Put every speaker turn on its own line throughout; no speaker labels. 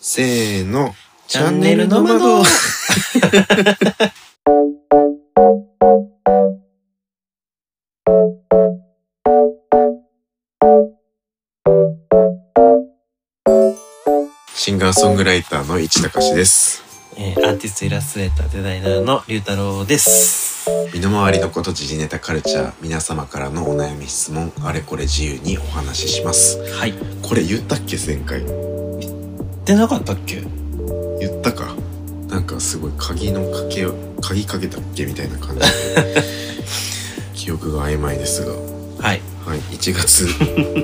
せーの。
チャンネルの窓
シンガーソングライターの市隆です。
えーアーティストイラストレーターデザイナーの龍太郎です。
身の回りのこと、時事ネタ、カルチャー、皆様からのお悩み、質問、あれこれ自由にお話しします。
はい。言
これ言ったっけ前回。
ってなかったっけ
言ったか。なんかすごい鍵のかけ、鍵かけたっけみたいな 感じで。記憶が曖昧ですが。
はい。
はい、1月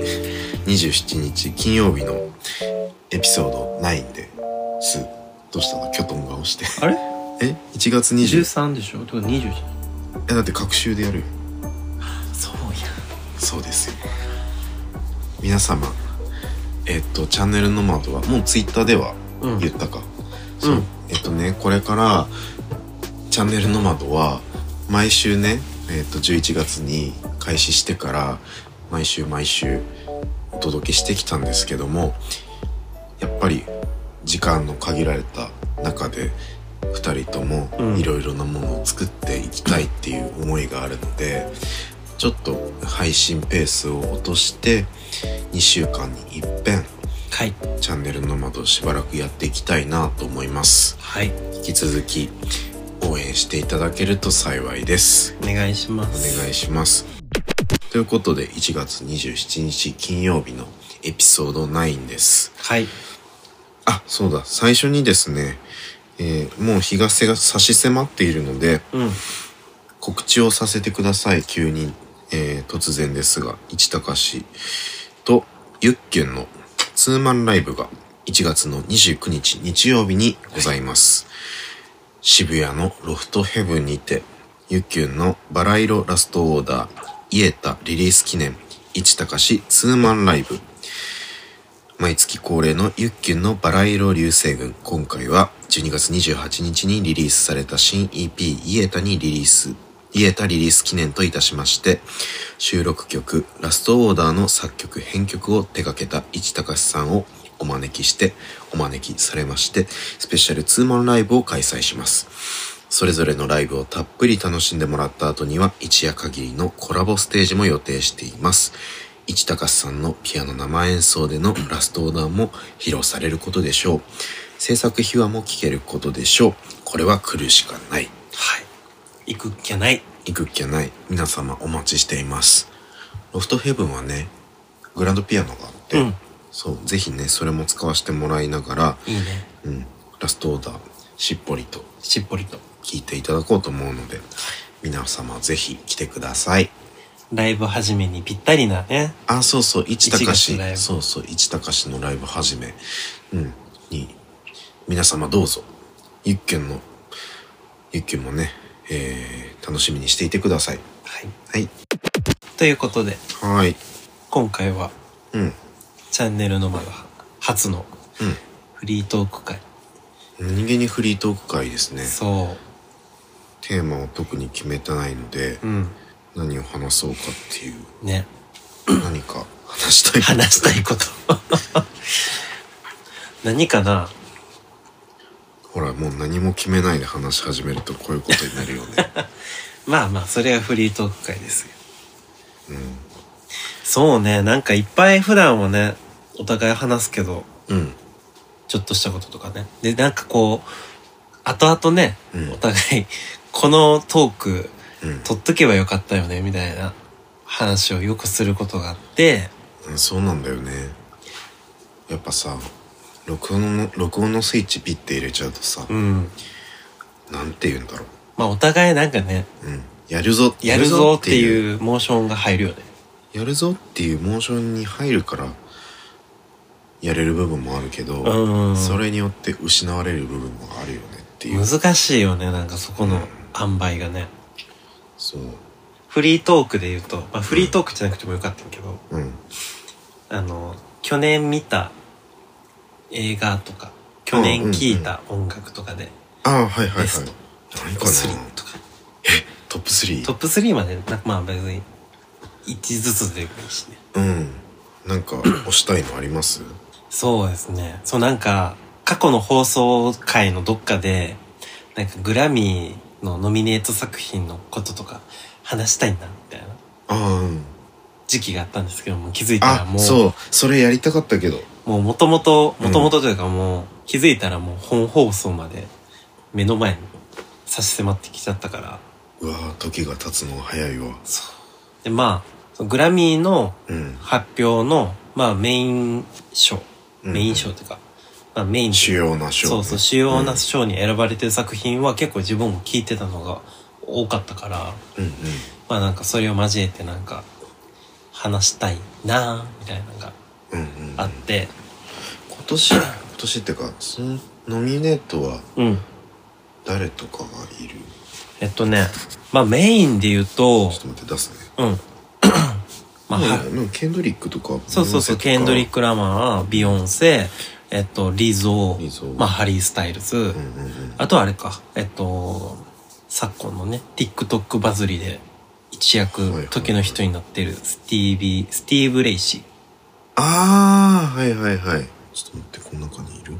27日金曜日のエピソード9です。どうしたのキョトンが押して。
あれ
え ?1 月20、
?13 でしょとか20じ
え、だって各週でやるよ。
ゃん。そうや。
そうですよ。皆様、えっと、チャンネルの窓は、もうツイッターでは
うん。
言ったか、そう
うん
えっとねこれからチャンネルの窓は毎週ね、えっと、11月に開始してから毎週毎週お届けしてきたんですけどもやっぱり時間の限られた中で2人とも
うん
いろいろなものを作っていきたいっていう思いがあるのでちょっと配信ペースを落として2週間に一遍
はい。
チャンネルの窓をしばらくやっていきたいなと思います
はい。
引き続き応援していただけると幸いです
お願いしま
お
す。
願いしますということで1月27日金曜日のエピソード9です
はい。
あそうだ最初にですね、えーもう日がせが差し迫っているので
うん。
告知をさせてください急に、えー突然ですが市高氏とゆっきゅんのツーマンライブが1月の29日日曜日にございます、渋谷のロフトヘブンにてゆっきゅんのバラ色ラストオーダーイエタリリース記念市高氏ツーマンライブ毎月恒例のユッキュンのバラ色流星群。今回は12月28日にリリースされた新 EP イエタにリリース、イエタリリース記念といたしまして、収録曲ラストオーダーの作曲編曲を手掛けた市隆さんをお招きして、お招きされまして、スペシャルツーマンライブを開催します。それぞれのライブをたっぷり楽しんでもらった後には一夜限りのコラボステージも予定しています。市高さんのピアノ生演奏でのラストオーダーも披露されることでしょう。制作秘話も聞けることでしょう。これは来るしかない。
はい。行くっきゃない。
行くっきゃない。皆様お待ちしています。ロフトヘブンはね、グランドピアノがあって、
うん
そう、ぜひね、それも使わせてもらいながら、
いいね。
うん、ラストオーダー、しっぽりと
しっぽりと。
聞いていただこうと思うので、皆様ぜひ来てください。
ライブ始めにぴったりなね。
あ、そうそう、市高
一月ライ
し、
ブ
そうそう、市高しのライブ始め、うん、に、皆様どうぞ、ゆっきゅんの、ゆっきゅんもね、えー、楽しみにしていてください。
はい。
はい。
ということで、
はい。
今回は
うん。
チャンネルの窓初の
うん。
フリートーク会。
何気にフリートーク会ですね。
そ
テーマを特に決めてないので
う。、うん。
何を話そうかっていう、
ね。
何か話したいこと。
話したいこと 何かな
ほら、もう何も決めないで話し始めるとこういうことになるよね。
まあまあそれはフリートーク会ですよ
うん。
そうねなんかいっぱい普段はねお互い話すけど
うん。
ちょっとしたこととかねでなんかこう後々ね、
うん
お互いこのトーク
うん
取っとけばよかったよねみたいな話をよくすることがあって
うん。そうなんだよね。やっぱさ、録音の、録音のスイッチピッて入れちゃうとさ
う、ん
なんて言うんだろ
まあお互いなんかね
う。うん。やるぞ、
やるぞって
う。
いうモーションが入るよね
やるぞっていうモーションに入るから、やれる部分もあるけど、
うん
それによって失われる部分もあるよねっていう。
難しいよねなんかそこの塩梅がね、
そう。
フリートークで言うと、まあ、フリートークじゃなくてもよかったんやけど、
うん。
あの去年見た映画とか去年聴いた音楽とかで、
ああ、はいはいはい
ベスト。
何か
トップ
な
3とか
トップ 3?
トップ3までなまあ別に1ずつでもいいしね
うん。なんか、押したいのあります
そうですねそうなんか過去の放送回のどっかで、なんかグラミーのノミネート作品のこととか話したいんだみたいな
あーうん
時期があったんですけども、気づいたら
あ
も
そうそれやりたかったけど
う、もう元々、
うん
元々というかもう、気づいたらもう本放送まで目の前に差し迫ってきちゃったから、
うわー時が経つのが早いわ
そう。で、まあ、そのグラミーの
うん
発表の、まあメイン賞、
うん
メイン賞というか、まあメイン
主要な賞
そうそう、主要
う
なん賞に選ばれてる作品は結構自分も聞いてたのが多かったから、
うんうん
まあなんかそれを交えてなんか話したいなぁ、みたいなのが
うんうん
あって、
今年今年ってかそのノミネートは
うん。
誰とかがいる
えっとね、まあメインで言うと
ちょっ、と待って出すね
うん。 まあ、は
うんでもケンドリックとか
そうそうそう、ケンドリッ
ク
ク・ラマー、ビヨンセ、えっと、リゾ
リゾ
まあハリー・スタイルズ、
うんうんうん
あとはあれか、えっと、昨今のね、TikTok バズりで一躍時の人になってるスティービー、スティーブ・レイシー。
ああはいはいはいちょっと待ってこの中にいる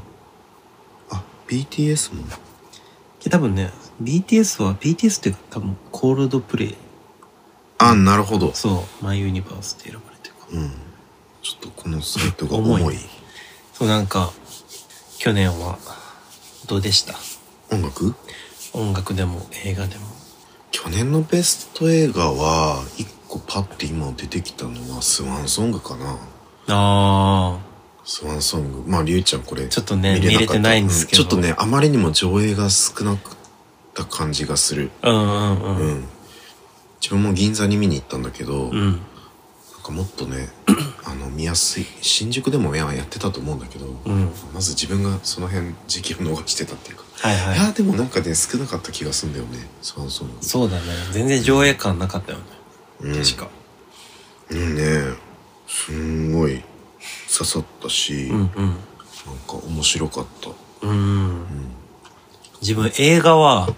あ BTS も
多分ね、BTS は、BTS っていうか多分、コールドプレイ。
あなるほど
そう、マイユニバースで選ばれてるから。
うんちょっとこのサイトが重い
重いそう、なんか、去年は、どうでした
音楽
音楽でも映画でも。
去年のベスト映画は一個パッて今出てきたのはスワンソングかな
あ
スワンソングまありゅうちゃんこれ
ちょっとね
なかった
見れてないんですけど
うちょっとねあまりにも上映が少なかった感じがする
あ、うんうん
う
うん。
ん自分も銀座に見に行ったんだけど、
う
なん
ん。
かもっとね あの見やすい新宿でもややってたと思うんだけど、
うん。
まず自分がその辺時期を逃してたっていうか、
はい
い、
はい。
やでもなんかね少なかった気がすんだよねスワンソング
そうだね。全然上映感なかったよね。
うん
確か。
うんねすんごい刺さったし、
う
なん
んうん。
か面白かった
うん、自分映画は、
うん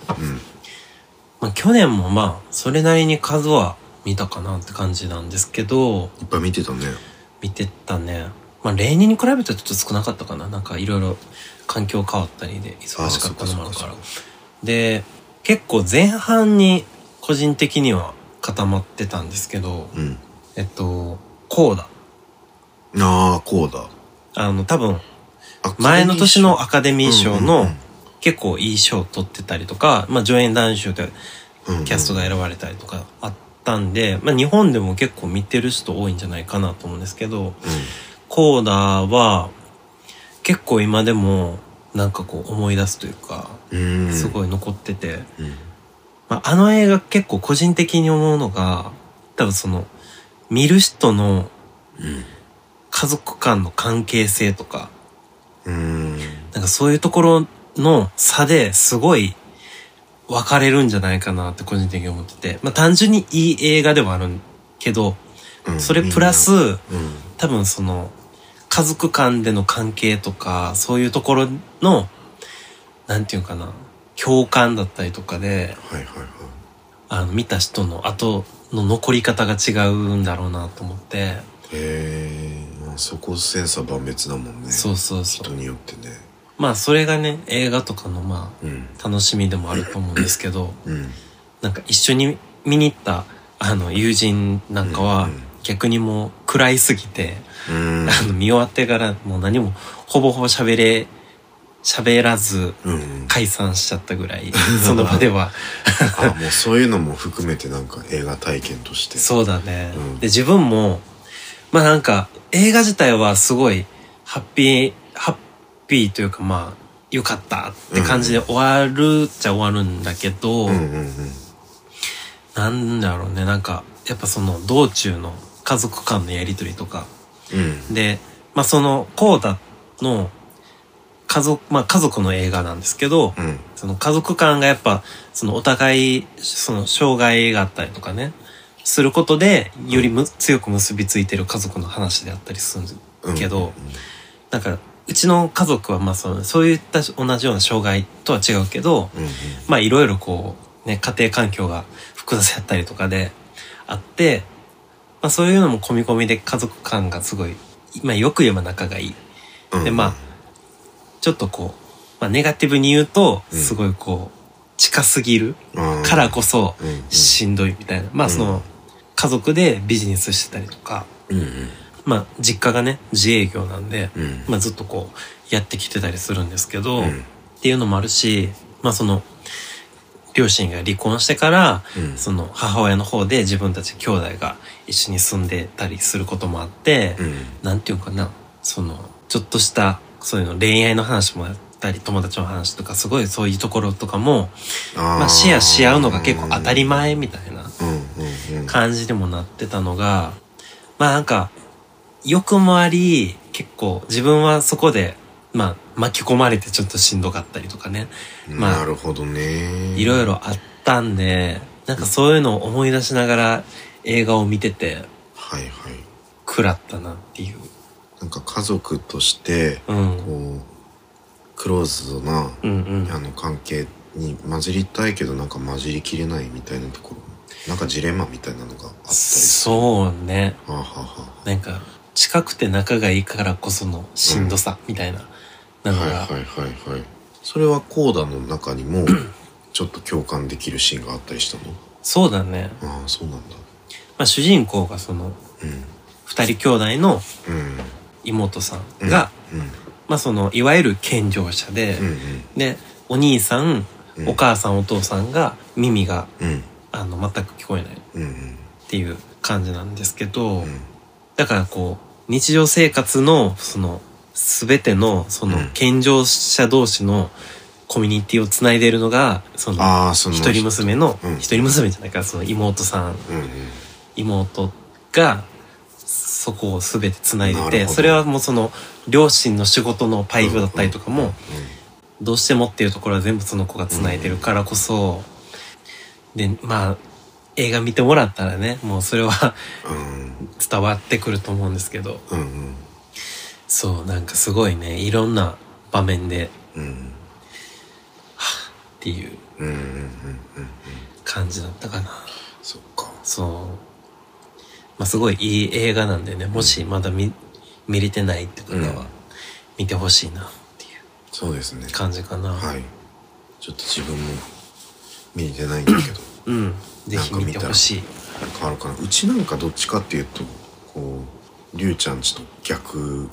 まあ、去年もまあそれなりに数は見たかなって感じなんですけど
いっぱい見てたね
見てたねまあ例年に比べてちょっと少なかったかななんかいろいろ環境変わったりで忙しかったのも
あ
あるから
ーそっかそっか
で結構前半に個人的には固まってたんですけど
うん
えっとこうだ
ああこうだ
あの多分
アカデミー
前の年のアカデミー賞
うん
の
うん
結構いい賞を取ってたりとか、まあ、上演男賞で
うんうん
キャストが選ばれたりとかあったんで、まあ、日本でも結構見てる人多いんじゃないかなと思うんですけど、コーダは結構今でもなんかこう思い出すというか、
うんうん
すごい残って
う
て、
ん
まあ、あの映画結構個人的に思うのが、多分その、見る人の
うん
家族間の関係性とか、
うん
なんかそういうところの差ですごい分かれるんじゃないかなって個人的に思ってて。まあ単純にいい映画ではあるけど、
うん
それプラス、
みんな
多分その家族間での関係とか、そういうところの、なんていうかな、共感だったりとかで、
うんはいはいはい
あの見た人の後の残り方が違うんだろうなと思って、
へえまあそこ千差万別だもんね
そうそうそ
人
う。
によってね
まあそれがね、映画とかのま
うん
あ楽しみでもあると思うんですけど、
うん
なんか一緒に見に行ったあの友人なんかは
うんうん
逆にもう暗いすぎて、
うん
あの見終わってからもう何もほぼほぼ喋れ喋らず
うん
解散しちゃったぐ らいその場では
あもうそういうのも含めてなんか映画体験として
そうだね、
うん
で自分もまあなんか映画自体はすごいハッピーハッピーというかまあよかったって感じで終わるっちゃ終わるんだけど、
うんうんうん
なんだろうね、なんか、やっぱその道中の家族間のやりとりとか。
うん
で、まあその、コーダの家族、まあ家族の映画なんですけど、
うん
その家族間がやっぱ、そのお互い、その障害があったりとかね、することで、よりむ、強く結びついてる家族の話であったりする
うん
けど、なんか、うちの家族はまあその、そういった同じような障害とは違うけど、
うんうん
まあいろいろこう、ね、家庭環境が複雑やったりとかであって、まあそういうのも込み込みで家族間がすごい、まあよく言えば仲がいい。
うん
でまあちょっとこう、まあ、ネガティブに言うと、
うん
すごいこう、近すぎる
あー
からこそ、
うんうん
しんどいみたいな。まあ、その、家族でビジネスしてたりとか、
うん
まあ、実家がね、自営業なんで、
うんうん
まあ、ずっとこう、やってきてたりするんですけど、
う
っ
ん
ていうのもあるし、まあ、その、両親が離婚してから、
うん
その母親の方で自分たち兄弟が一緒に住んでたりすることもあって、
うん
なんていうかな、その、ちょっとした、そういうの恋愛の話もあったり、友達の話とか、すごいそういうところとかも、
あ
まあ、
ー
シェアし合うのが結構当たり前みたいな
うんうんうん
感じでもなってたのが、まあなんか、欲もあり、結構自分はそこで、まあ巻き込まれてちょっとしんどかったりとかね、まあ
なるほどね
いろいろあったんで、なんかそういうのを思い出しながら映画を見てて、
はいはい
食らったなっていう。
なんか家族として
うん。
こうクローズドな
うんうん。
あの関係に混じりたいけどなんか混じりきれないみたいなところなんかジレンマみたいなのがあったりす
そうね。
るはあはあはあ
なんか、近くて仲がいいからこそのしんどさみたいな、なの
はい
が
はいはいはいそれはコーダの中にもちょっと共感できるシーンがあったりしたの
そうだね。
ああそうなんだ
まあ主人公がその、
う
二人兄弟
ん
の
うん
妹さんが、
うん
まあその、いわゆる健常者で、
うん
で、お兄さん、
うん
お母さん、お父さんが耳が、
うん
あの、全く聞こえないっ
うんうん
ていう感じなんですけど、
うん
だからこう、日常生活の、その、すべての、その
うん、
健常者同士のコミュニティをつないでいるのが、その、
ああその
一人娘の
うん、
一人娘じゃないか、その妹さん、
うんうん
妹が、そこを全てつないで
なる
て、
ほど
それはもうその、両親の仕事のパイプだったりとかも、どうしてもっていうところは全部その子が繋いでるからこそ、で、まあ、映画見てもらったらね、もうそれは
うん
伝わってくると思うんですけど、
うんうん
そう、なんかすごいね、いろんな場面でっ
うんうん
ていう
うんうんうんうん
感じだったかな。
そっか
そう。まあすごいいい映画なんでね、もしまだ見、見れてないって方
うん
は、見てほしいなっていう
そうですね
感じかな。
はいちょっと自分も見れてないんだけど
うん。ぜひ見てほしい。
なんかあるかなうちなんかどっちかっていうとこうりゅうちゃんちと逆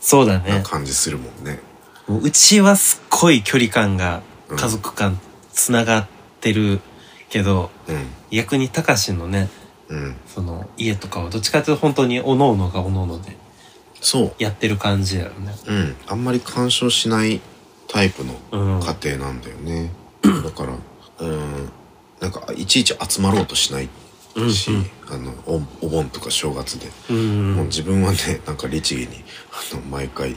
そうだ
な
ね。
感じするもんね
もううちはすっごい距離感が家族間つながってるけど、逆にたかしのね
うんうん
その家とかはどっちかというと本当におのおのがおのおので
そう
やってる感じやよね
うんあんまり干渉しないタイプの
うん
家庭なんだよね、だからうんなんかいちいち集まろうとしないし、
うん
あのおお盆とか正月で、
うん
もう自分はね なんか律儀にあの毎回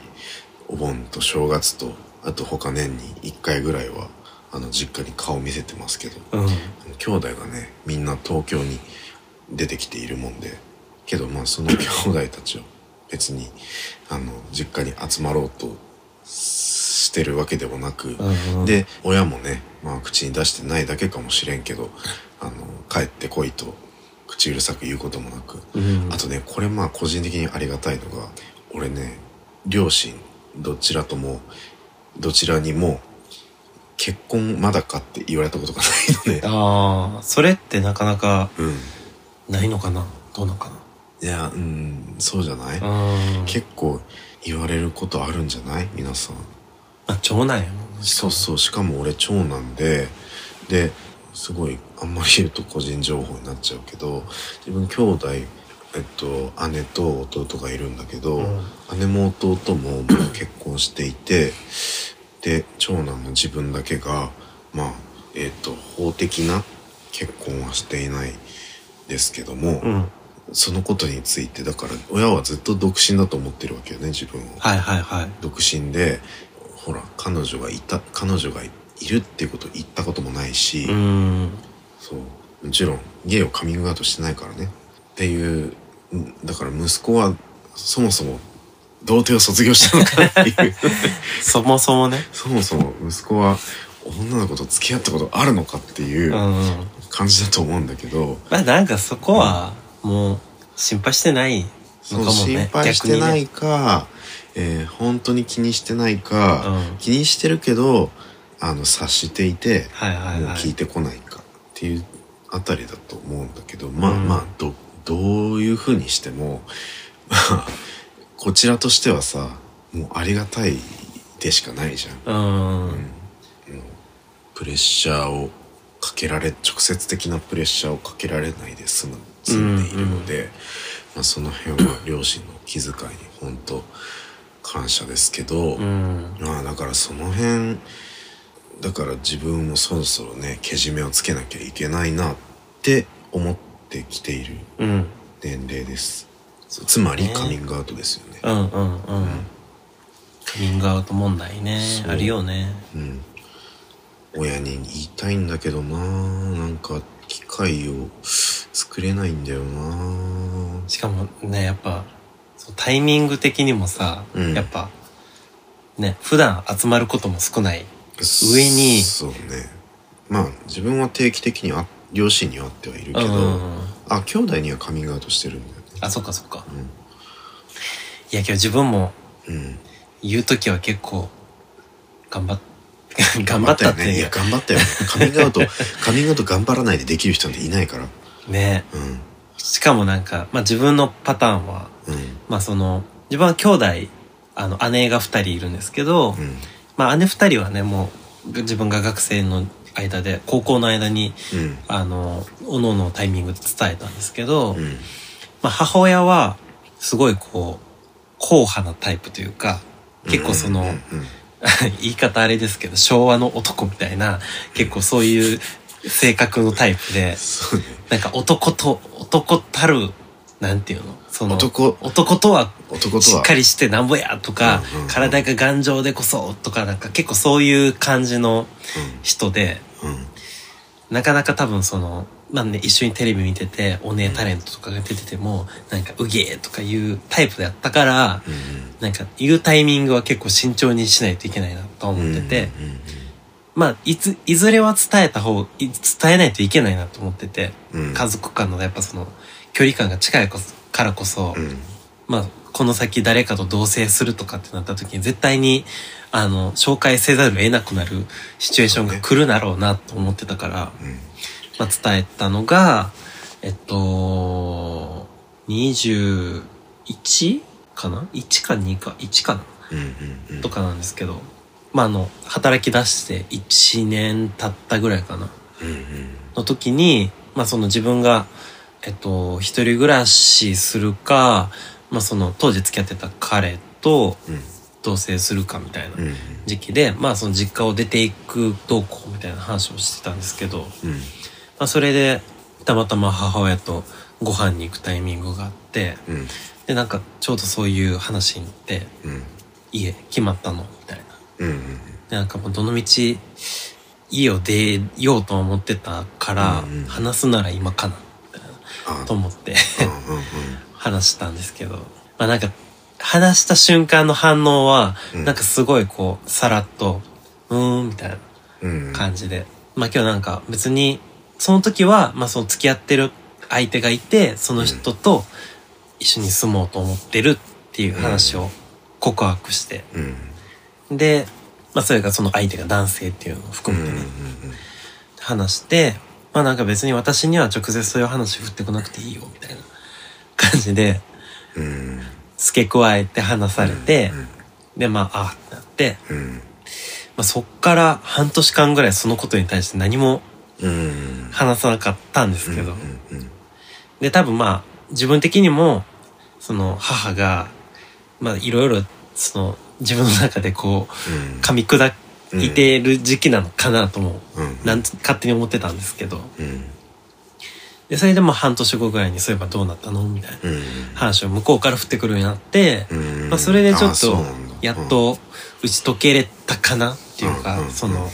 お盆と正月とあと他年に1回ぐらいはあの実家に顔見せてますけど
うん
兄弟がねみんな東京に出てきているもんでけどまあその兄弟たちを別にあの実家に集まろうとしてるわけでもなく、
うん
で親もね、まあ、口に出してないだけかもしれんけどあの帰ってこいと口うるさく言うこともなく、
うん
あとねこれまあ個人的にありがたいのが俺ね両親どちらともどちらにも結婚まだかって言われたことがないので、
ああそれってなかなか
うん、
ないのかなどうなんか
いやうんそうじゃない、
なうん
結構言われることあるんじゃない皆さん
まあ長男やもんね
そうそうしかも俺長男でですごいあんまり言うと個人情報になっちゃうけど自分兄弟えっと姉と弟がいるんだけど、
うん
姉も弟ももう結婚していてで長男の自分だけがまあえっと法的な結婚はしていないですけども、
うん
そのことについてだから親はずっと独身だと思ってるわけよね自分を。
はいはいはい
独身でほら彼女がいた彼女がいるっていうことを言ったこともないし、
うん
そうもちろんゲイをカミングアウトしてないからねっていううんだから息子はそもそも童貞を卒業したのかって いう
そもそもね
そもそも息子は女の子と付き合ったことあるのかっていううん感じだと思うんだけど、
まあなんかそこはもう心配してない
そ
の
う
かも
心
ね
配してないか、えー本当に気にしてないか、
うん
気にしてるけどあの察していて、
はいはい
もう
は
聞い
い。
てこないかっていうあたりだと思うんだけどまあ
うん
まあどどういうふうにしても まあこちらとしてはさもうありがたいでしかないじゃん。
うん。
プレッシャーをかけられ直接的なプレッシャーをかけられないで済む済んでいるので、まあ、その辺は両親の気遣いに本当感謝ですけど、
うん。
まあだからその辺だから自分もそろそろねけじめをつけなきゃいけないなって思ってきている
うん。
年齢ですつまり
ね
カミングアウトですよね、
うんうんうん。カミングアウト問題ね
そ。う
あるよね。
うん、親に言いたいんだけどななんか機会を作れないんだよな
しかもね、やっぱ、そうタイミング的にもさ、
うん
やっぱ、ね、普段集まることも少ない。上に
そうねまあ自分は定期的にあ両親には会ってはいるけど、
うん。
あ兄弟にはカミングアウトしてるんだよね
あ、そっかそっか。
うん
いや、今日自分も
うん、
言うときは結構、頑張っ、 頑張ったっ
よね。い
て
や、。頑張ったよ。カミングアウト、カミングアウト頑張らないでできる人なんていないから。
ね。
うん。
しかもなんか、まあ自分のパターンは、
うん。
まあその、自分は兄弟、あの、姉が二人いるんですけど、
うん。
まあ姉二人はね、もう、自分が学生の間で、高校の間に、
うん。
あの、おののタイミングで伝えたんですけど、
うん。
まあ母親は、すごいこう、硬派なタイプというか、結構その、
うんうん
言い方あれですけど、昭和の男みたいな、結構そういう性格のタイプで、
そうね。
なんか男と、男たる、なんていうのその、
男、
男とは
男と
し
は
っかりしてなんぼやとか、
うんうんうん
体が頑丈でこそとかなんか結構そういう感じの人で、
うんうん
なかなか多分その、まあね、一緒にテレビ見てて、お姉タレントとかが出てても、なんか、うげーとかいうタイプだったから、
うん
なんか、言うタイミングは結構慎重にしないといけないなと
うん
思ってて、
うん
まあ、いつ、いずれは伝えた方、い伝えないといけないなと思ってて、
うんうん
家族間のやっぱその、距離感が近いこそからこそ、
うん
まあ、この先誰かと同棲するとかってなった時に絶対に、あの、紹介せざるを得なくなるシチュエーションが来るだろうなと思ってたから、
うん
まあ、伝えたのが、えっと、21かな ?1 か2か、1かな
うんうんうん
とかなんですけど、まあ、あの、働き出して1年経ったぐらいかな
うん
の時に、まあ、その自分が、えっと、一人暮らしするか、まあ、その当時付き合ってた彼と
うんうん
同棲するかみたいな
うん
時期で、まあ、その実家を出ていくどうこうみたいな話をしてたんですけど、
うん
まあ、それでたまたま母親とご飯に行くタイミングがあって
うん
でなんかちょうどそういう話になって
うん
家決まったのみたいな
うん
でなんかもうどのみち家を出ようとは思ってたから、
うんうん
話すなら今かな
あ
と思って
うんうん
話したんですけど、まあ、なんか話した瞬間の反応は、
うん
なんかすごいこうさらっと「うーん」みたいな
うんうん
感じで。まあ今日なんか別に、その時は、まあその付き合ってる相手がいて、その人と一緒に住もうと思ってるっていう話を告白して。
うんうん
で、まあそれがその相手が男性っていうのを含
うん
め
う
て
ん
ね、話して、まあなんか別に私には直接そういう話振ってこなくていいよ、みたいな感じで、
うん
付け加えて話されて
う、ん
でまあ、あーってなって、
うん
まあそっから半年間ぐらいそのことに対して何も
うん
話さなかったんですけど、
うんうん
で、多分まあ、自分的にも、その母が、まあ、いろいろ、その、自分の中でこう、
うん
噛み砕いてる時期なのかなとも、
うんうん
なんつ勝手に思ってたんですけど、
うん
で、それでも半年後ぐらいに、そういえばどうなったのみたいな
うん
話を向こうから振ってくるようになって、
うん
まあ、それでちょ
あ
っ
そう
と
なんだ、
やっと、打ち解けれたかなっていう
うんん
か、
ん
そ
うんは
の
い、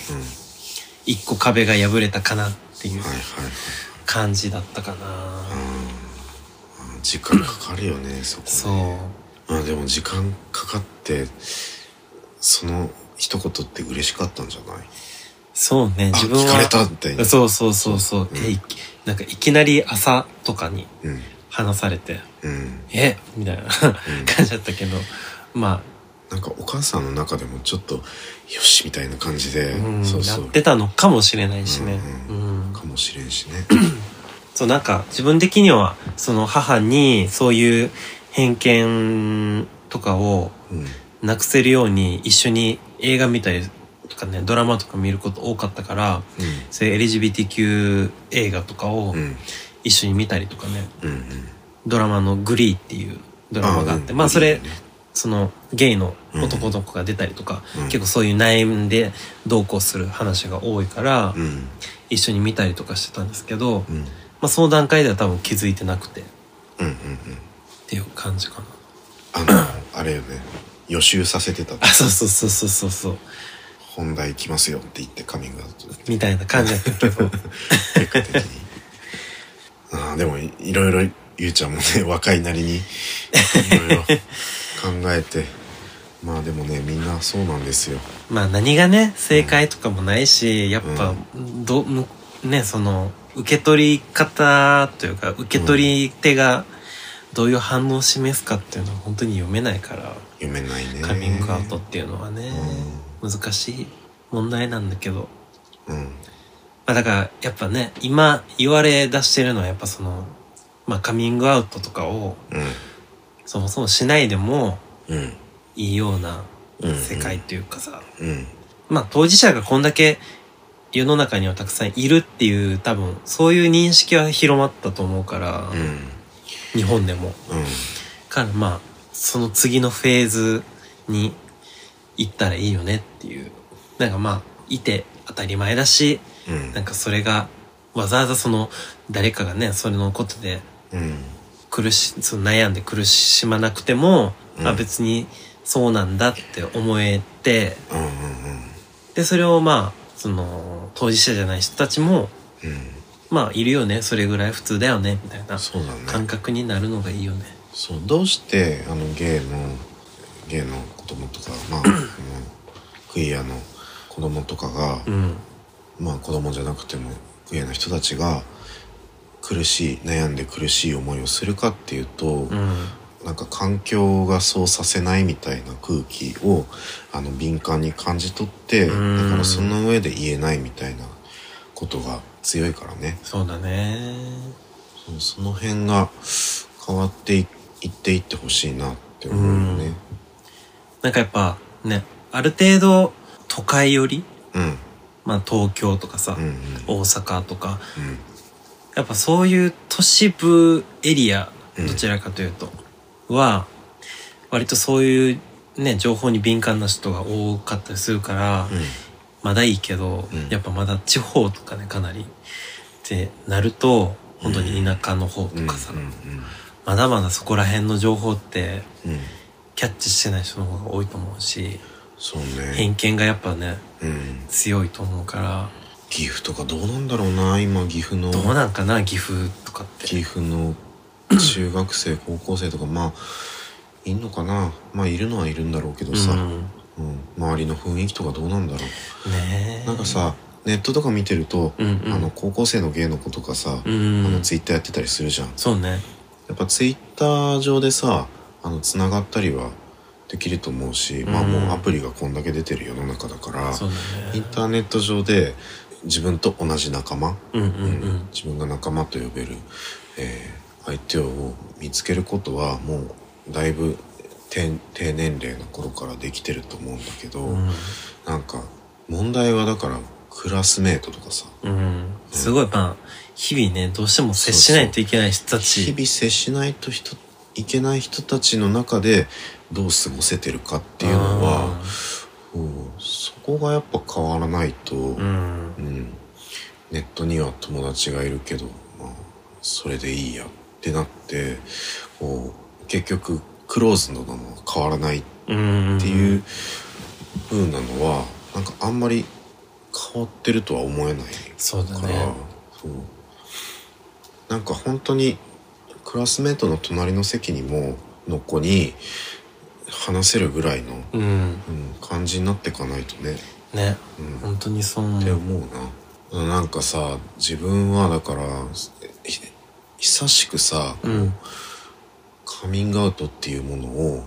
一個壁が破れたかなっていう
はい
感じだったかな。
うん時間かかるよねそこね
そう。
まあでも時間かかってその一言って嬉しかったんじゃない
そうね、
あ
自分
聞
は。
かれたみたいな
そうそうそうそう。
うん
えいきなんかいきなり朝とかに
うん
話されて、
うん
えみたいな感じだったけど、まあ、
なんかお母さんの中でもちょっとよしみたいな感じで、
うん
そうそう
やってたのかもしれないしね、
う
うん
かもしれんしね
そうなんか自分的にはその母にそういう偏見とかを
うん
なくせるように一緒に映画見たりとかねドラマとか見ること多かったからそういう LGBTQ 映画とかを
うんうん
一緒に見たりとかね、
うんうん
ドラマの「グリー」っていうドラマがあって
うん
まあそれ、
いいね
そのゲイの男の子が出たりとか、
うん
結構そういう悩んでどうこうする話が多いから、
うん
一緒に見たりとかしてたんですけど、
うんうん
まあ、その段階では多分気づいてなくてっ
うんうん
ていう感じかな。
あのあれよね予習させてた
あそうそうそうそうそうそう
本題来ますよって言ってカミングアウト
みたいな感じだったけど
結果的に ああでもいいろいろゆうちゃんもね若いなりにいろいろ考えてまあでもねみんなそうなんですよ
まあ何がね正解とかもないしやっぱ、
う
どむねその受け取り方というか受け取り手がどういう反応を示すかっていうのは本当に読めないから。
読めないね
カミングアウトっていうのはね、難しい問題なんだけど、
うん
まあ、だからやっぱね今言われ出してるのはやっぱその、まあ、カミングアウトとかを
う
そもそもしないでも
んうん
いいような
うん
世界というかさ、
うん
まあ当事者がこんだけ世の中にはたくさんいるっていう多分そういう認識は広まったと思うから、
うん
日本でも。
うん
からまあその次のフェーズに行ったらいいよねっていうなんかまあいて当たり前だし
うん
なんかそれがわざわざその誰かがねそれのことで
うん
苦しその悩んで苦しまなくても、
うん
あ別にそうなんだって思えて
うんうん
でそれをまあその当事者じゃない人たちも
うん
まあいるよねそれぐらい普通だよねみたい
うん
な
そうだ
感
ね
覚になるのがいいよね。
そうどうしてあのゲイのゲイの子供とか まああのクイアの子供とかが、
うん、
まあ子供じゃなくてもクイアの人たちが苦しい悩んで苦しい思いをするかっていうと、
うん
なんか環境がそうさせないみたいな空気をあの敏感に感じ取ってだ
うん
からその上で言えないみたいなことが強いからね
そうだね
そその辺が変わっていいっていってほしいなって思うよね。
なんかやっぱねある程度都会より
うん
まあ東京とかさ、
うんうん
大阪とか
うん
やっぱそういう都市部エリア
うん
どちらかというと、は割とそういうね情報に敏感な人が多かったりするから、
うん
まだいいけど、
うん
やっぱまだ地方とかねかなりってなると本当に田舎の方とかさ、
うん
まだまだそこら辺の情報って
うんうん
キャッチしてない人の方が多いと思うし
そうね、
偏見がやっぱね
うん、
強いと思うから
岐阜とかどうなんだろうな今岐阜の
どうなんかな岐阜とかって
岐阜の中学生高校生とかまあいんのかなまあいるのはいるんだろうけどさ、
うん、
うん周りの雰囲気とかどうなんだろう
ねえ
なんかさネットとか見てると、
うんうん
あの高校生の芸の子とかさ、
うん
あのツイッターやってたりするじゃん
そうね
やっぱツイッター上でさあのつながったりはできると思うし、まあ
うん
もうアプリがこんだけ出てる世の中だから、
そうだ
イン
ね
ターネット上で自分と同じ仲間、
うんうんうん
自分が仲間と呼べる、えー相手を見つけることはもうだいぶ低低年齢の頃からできてると思うんだけど、
うん、
なんか問題はだからクラスメートとかさ
うん、すごいまあ日々ねどうしても接しないといけない人た
日
ち
々接しないと人いけない人たちの中でどう過ごせてるかっていうのはうんそこがやっぱ変わらないと、
うんうん
うんネットには友達がいるけど、まあ、それでいいやってなってこう結局クローズのまま変わらないっ
うん
ていう風なのは、なんかあんまり変わってるとは思えない
そうだ
から、
ね
そうなんか本当にクラスメートの隣の席にもの子に話せるぐらいの、
うん
うん、感じになっていかないとね。
ね
うん
本当にそう
って
思う
思うななんかさ自分はだからひ久しくさ、
うん
カミングアウトっていうものを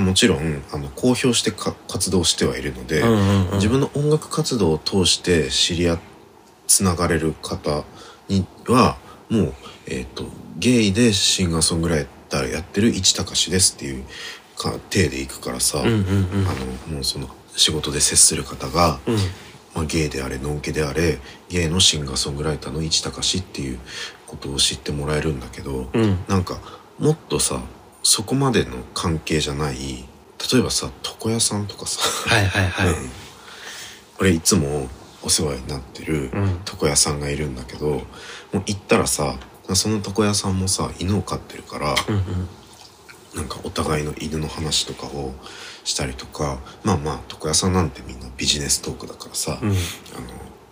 もちろんあの公表してか活動してはいるので、
うんうんうん、
自分の音楽活動を通して知り合っつながれる方にはもう、えっとゲイでシンガーソングライターやってる市高志ですっていうか体でいくからさ、
うんうんうん
あのもうその仕事で接する方が、
うん
まあ、ゲイであれノンケであれゲイのシンガーソングライターの市高志っていうことを知ってもらえるんだけど、
うん
なんかもっとさそこまでの関係じゃない例えばさ床屋さんとかさ
はいはいはい、
うん俺いつもお世話になってる
うん
床屋さんがいるんだけど、もう行ったらさその床屋さんもさ犬を飼ってるから、
うん
なんかお互いの犬の話とかをしたりとかまあまあ床屋さんなんてみんなビジネストークだからさ、
うんうん
あの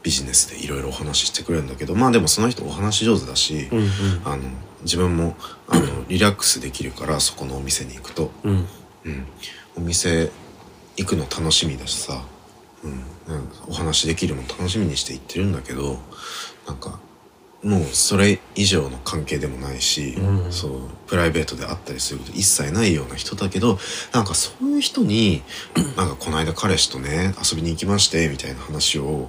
ビジネスでいろいろお話ししてくれるんだけどまあでもその人お話し上手だし、
うん
あの自分もあのリラックスできるからそこのお店に行くと
うん
うん、お店行くの楽しみだしさ、うん、なんかお話できるの楽しみにして行ってるんだけどなんかもうそれ以上の関係でもないし、
うん
そうプライベートであったりすること一切ないような人だけどなんかそういう人に なんかこの間彼氏とね遊びに行きましてみたいな話を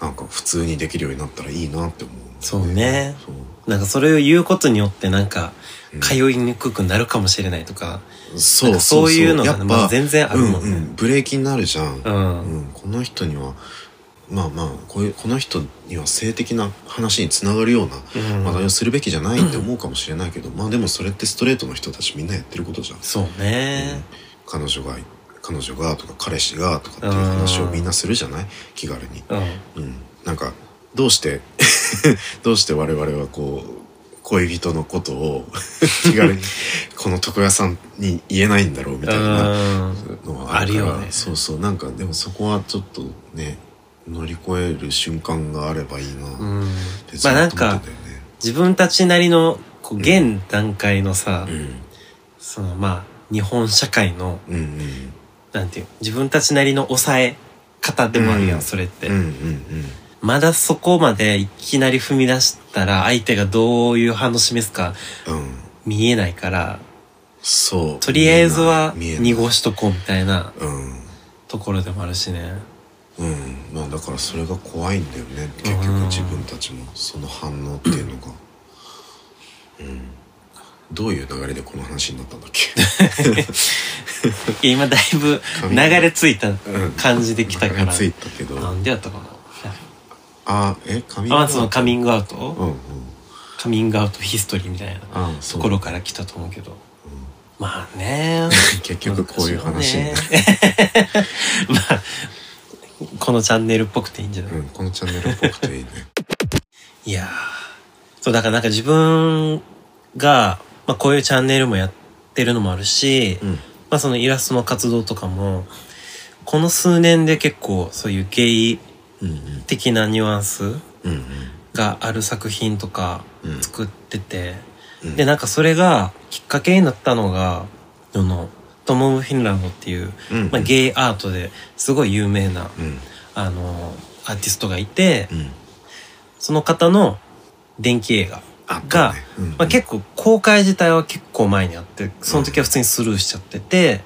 なんか普通にできるようになったらいいなって思う、
そうね
そう
なんかそれを言うことによってなんか
うん
通いにくくなるかもしれないとか、
そ
なん
う
かそういうの
や
が
っ
ね
ぱ、
まあ、全然あるもん
うんう
ね。
ん、ブレーキになるじゃん
う、ん。うん。
うん、この人にはまあまあこういうこの人には性的な話につながるような話題をするべきじゃないって思うかもしれないけど、まあでもそれってストレートの人たちみんなやってることじゃん。
そうね。
彼女が彼女がとか彼氏がとかっていう話をみんなするじゃない気軽に。
うん。
うん、なんかどうして どうして我々はこう恋人のことを 気軽にこの床屋さんに言えないんだろうみたいな
うん。
のはあるから
あるよね
そうそうなんかでもそこはちょっとね乗り越える瞬間があればいいなっ
うん
てず
まあな
っ
ん
と思っ
か
てたよね。
自分たちなりのこう現段階のさ、
うん
そのまあ日本社会の
うん
なんていう自分たちなりの抑え方でもあるやん、
うん
それって、
うんうんうん
まだそこまでいきなり踏み出したら相手がどういう反応示すか
うんうん
見えないから
そう
とりあえずは
見えない見えない
濁しとこうみたいな
うん
ところでもあるしね
うんまあだからそれが怖いんだよね結局
うん
自分たちもその反応っていうのがうんどういう流れでこの話になったんだっ け
いや今だいぶ流れ着いた感じできたか
流れ
ら
ついたけど
なんでやったかな
あえカミングア
あ
ウ
まずその
ト
カミングアウ
う
ト
んうん
カミングアウトヒストリーみたいな
あそ
と
う
ころから来たと思うけど
うん
まあね
結局こういう話になる、
難しいよね まあこのチャンネルっぽくていいんじゃない、
うん、このチャンネルっぽくていいね
いやーそうだからなんか自分が、まあ、こういうチャンネルもやってるのもあるし、
うん
まあ、そのイラストの活動とかもこの数年で結構そういうゲイ
うん
的なニュアンス
うんうん
がある作品とか
うんうん
作ってて、
うん
でなんかそれがきっかけになったのがそのトム・フィンランドっていう、
うん
まあ、ゲイアートですごい有名な
うん
あのアーティストがいて
うん
その方の電気映画
あった
が、
ねうん
まあ、結構公開自体は結構前にあってその時は普通にスルーしちゃってて、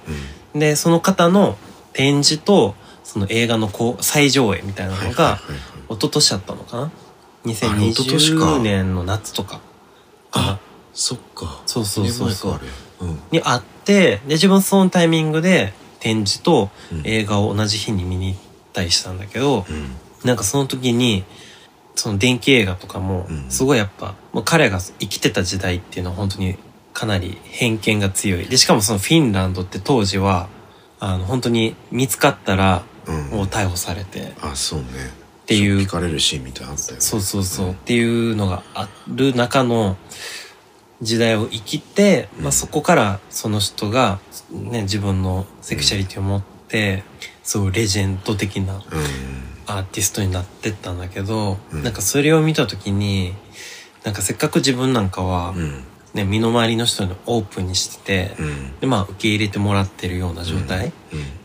でその方の展示とその映画のこう再上映みたいな
うん
の
はいはい
が
はいはい
一昨年だったのかな
あれ一昨年か
2020年の夏とか
あそっか
そうそうそうそう
二年前か
にあってで自分そのタイミングで展示と
あれうん
映画を同じ日に見に行ったりしたんだけど、
うん
なんかその時に、その電気映画とかも
う、ん
すごいやっぱ、もう彼が生きてた時代っていうのは本当にかなり偏見が強い。で、しかもそのフィンランドって当時は、あの、本当に見つかったら
うん
もう逮捕されてっ
あそうねって
いう
聞、かれるシーンみたいなのあったよね
そうそうそううんっていうのがある中の時代を生きて、
うん
まあそこからその人が、ね、自分のセクシャリティを持って、そうレジェンド的な
うん
アーティストになってったんだけど、
うん
なんかそれを見た時になんかせっかく自分なんかは、
うん
ね、身の回りの人にオープンにしてて、
うん
でまあ受け入れてもらってるような状態、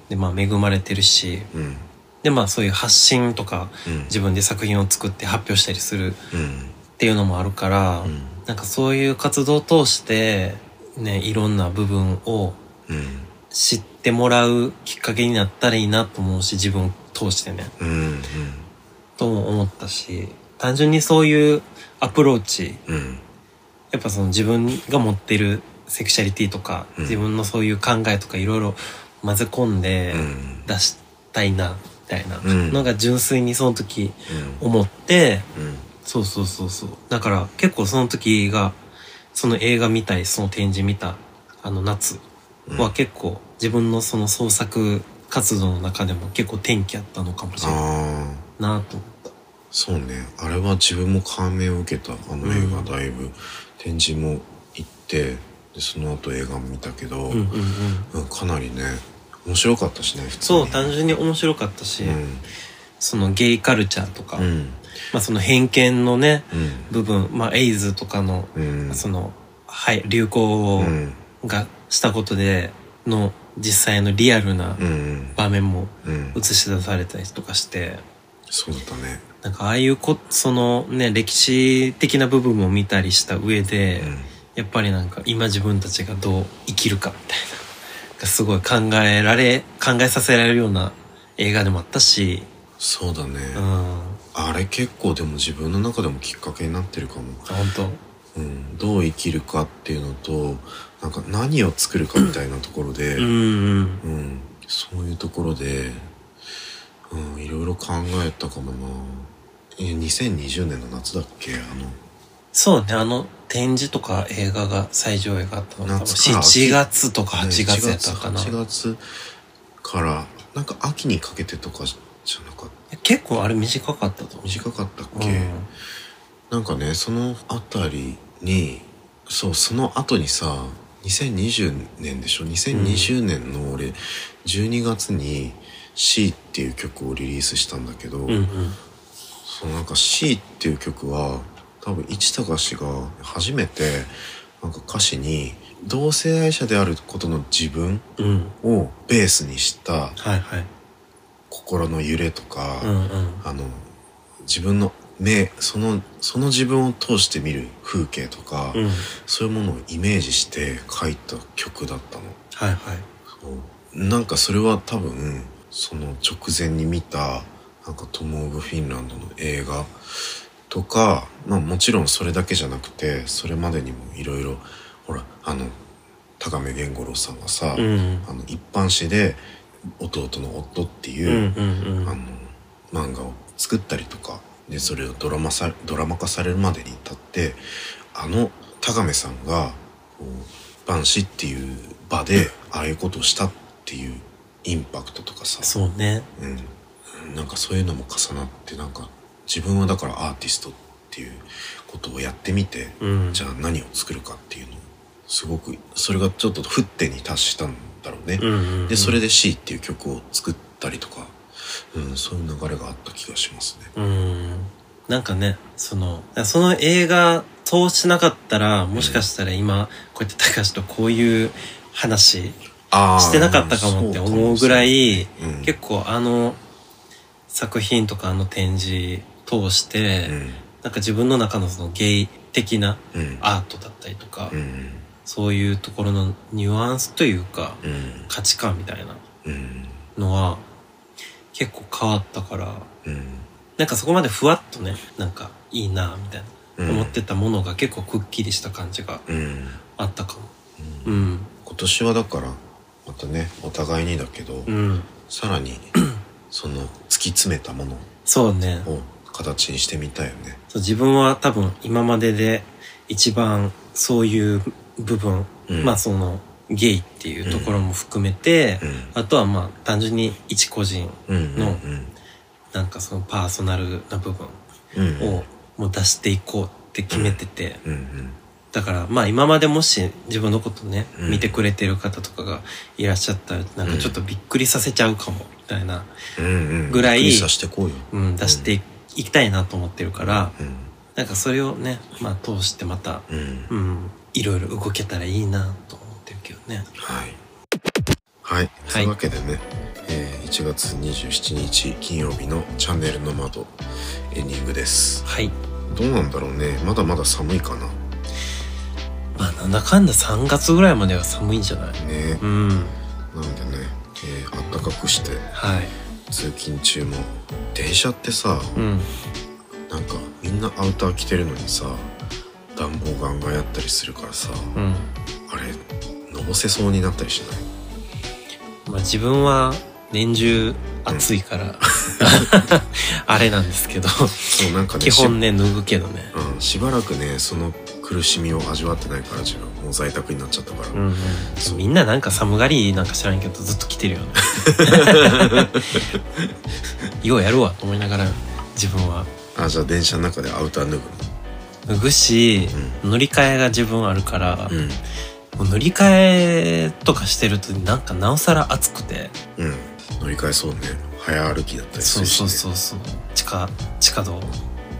でまあ恵まれてるし
うんうん
でまあそういう発信とか
うん
自分で作品を作って発表したりするっ
うん
ていうのもあるから、
うん
なんかそういう活動を通して、ね、いろんな部分を
うん
知ってもらうきっかけになったらいいなと思うし、自分を通してね、
うん
とも思ったし、単純にそういうアプローチ、
うんうん
やっぱその自分が持ってるセクシャリティとか、
うん
自分のそういう考えとかいろいろ混ぜ込んで
うん
出したいな、みたいな
うん
のが純粋にその時
う
思って、
んうん
そうそうそうそう。だから結構その時が、その映画見たり、その展示見た、あの夏
うん
は結構自分のその創作活動の中でも結構転機あったのかもしれない
ああ
なと思っ
そうねあれは自分も感銘を受けたあの映画だいぶ、展示も行ってでその後映画も見たけど、
た。うんうんうん。
うんかなりね面白かったしね普通に
そう、単純に面白かったし、そのゲイカルチャーとか、
うん
まあその偏見のね、
うん
部分、まあエイズとかの、
うん
その、はい、流行
うん
がしたことでの実際のリアルな
うん
場面も
うん
映し出されたりとかして、
そうだったね
なんかああいうこ、そのね、歴史的な部分も見たりした上で、やっぱりなんか今自分たちがどう生きるかみたいな、がすごい考えられ、考えさせられるような映画でもあったし、
そうだね、
うん、本
あれ結構でも自分の中でもきっかけになってるかも、
当
うん、どう生きるかっていうのとなんか何を作るかみたいなところで、
うんうん。
うん、そういうところで、うん、いろいろ考えたかもな。え、2020年の夏だっけあ
そうね、あの展示とか映画が、最上映があったの多分
夏か秋
7月とか
の、
8月やったかな。
8月から、なんか秋にかけてとかじゃなかった。
結構あれ短かったと思う。
短かったっ
うん
け、なんかね、そのあたりに、そう、その後にさ、2020年でしょ ?2020 年の俺、12月に C っていう曲をリリースしたんだけど、
うんうん。
そのなんか C っていう曲は多分市高氏が初めてなんか歌詞に同性愛者であることの自分
うん。
をベースにした
はいはい。
心の揺れとか、
うんうん。
あの自分の目そのその自分を通して見る風景とか、
うん。
そういうものをイメージして書いた曲だったの。
はいはい。
そうなんかそれは多分その直前に見たなんかトム・オブ・フィンランドの映画とか、まあ、もちろんそれだけじゃなくてそれまでにもいろいろほらあの高め源五郎さんはさ、
うん
あの一般誌で「弟の夫」って
うんう
いう、
んう
あ
ん。
の漫画を作ったりとかでそれをドラマさドラマ化されるまでに至ってあの高めさんがこう万死っていう場でああいうことをしたっていうインパクトとかさ、
そうね。
うん、なんかそういうのも重なってなんか自分はだからアーティストっていうことをやってみて、
うん。
じゃあ何を作るかっていうのをすごくそれがちょっと沸点に達したんだろうね。
うんうんうん。
でそれで C っていう曲を作ったりとか、うん、そういう流れがあった気がしますね。
うん。なんかね、その、その映画通しなかったら、もしかしたら今、こうやって高橋とこういう話
あ
してなかったかもって思うぐら、
そ
い、
うかもしれない
結構あの作品とかあの展示通して、
うん
なんか自分の中のそのゲイ的な
うんうん
アートだったりとか、
うん
そういうところのニュアンスというか、
うん
価値観みたいな
うん
のは結構変わったから、
うん
なんかそこまでふわっとね、なんかいいなみたいな、
うん
思ってたものが結構くっきりした感じが
うんうん
あったかも。うん。
今年はだからまたねお互いにだけど、
うん。
さらにその突き詰めたもの
そうね。
を形にしてみたいよね。
そう自分は多分今までで一番そういう部分、
うん
まあそのゲイっていうところも含めて、
う
あとはまあ単純に一個人
んうんう
の
ん
なんかそのパーソナルな部分
うん
をもう出していこうって決めてて、
うんうん
だからまあ今までもし自分のことね、
うん
見てくれてる方とかがいらっしゃったらなんかちょっとびっくりさせちゃうかもみたいな、
うんうん
ぐらい
びっくりさしてこうよ。
うん、出していきたいなと思ってるから、
うん
なんかそれをね、まあ通してまた
うん
うん、いろいろ動けたらいいなと思ってるけどね。
はい。はい。というわけでね、えー1月27日金曜日のチャンネルの窓エンディングです。
はい。
どうなんだろうね。まだまだ寒いかな。
まあなんだかんだ3月ぐらいまでは寒いんじゃない
ね
う。ん。
なのでね、えー、あったかくして
はい。
通勤中も電車ってさ
うん。
なんかみんなアウター着てるのにさ暖房ガンガンやったりするからさ
う
あ
ん。
れのぼせそうになったりしない
まあ自分は年中暑いから、 あれなんですけど、
そうなんかね
基本ね、脱ぐけどね。
し,、うん、しばらくねその苦しみを味わってないから自分もう在宅になっちゃったから、
うん、うん。
そう
みんななんか寒がりなんか知らんけど、ずっと着てるよ ね。ようやるわと思いながら、自分は
あじゃあ電車の中でアウター脱ぐの
脱ぐし、乗り換えが自分あるから、
うん
もう乗り換えとかしてるとなんかなおさら暑くて、
うん乗り換えそうね早歩きだったりす
そう
るし、
そ
ね、
うそうそう地下地下道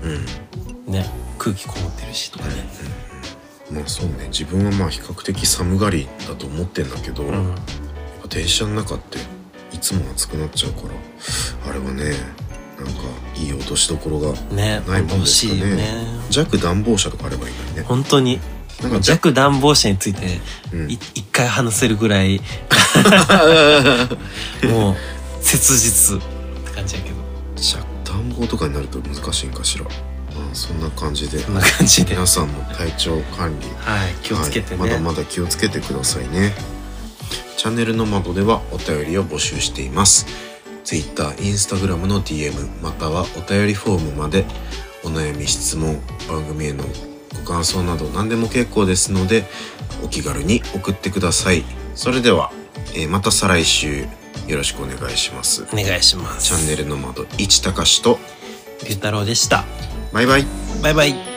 うん
ね空気こもってるしとかね、
まあそうね自分はまあ比較的寒がりだと思ってんだけど、
う
やっ
ん、
ぱ電車の中っていつも暑くなっちゃうからあれはねなんかいい落としどころが
ね
ないもん
欲
です
し
か
いよ
ね
ね
弱暖房車とかあればいいのにね
本当に
なんか弱
弱暖房車について
うん
い一回話せるぐらいもう切実って感じやけど
弱暖房とかになると難しいんかしら、まあ、そんな感じで
こんな感じでは
皆さんも体調管理
い気をつけてね、
はいまだまだ気をつけてくださいねチャンネルの窓ではお便りを募集しています Twitter、Instagram の DM またはお便りフォームまでお悩み質問番組へのご感想など何でも結構ですのでお気軽に送ってくださいそれでは、えーまた再来週よろしくお願いします
お願いします
チャンネルの窓一高しと
龍太郎でした
バイバイ
バイバイ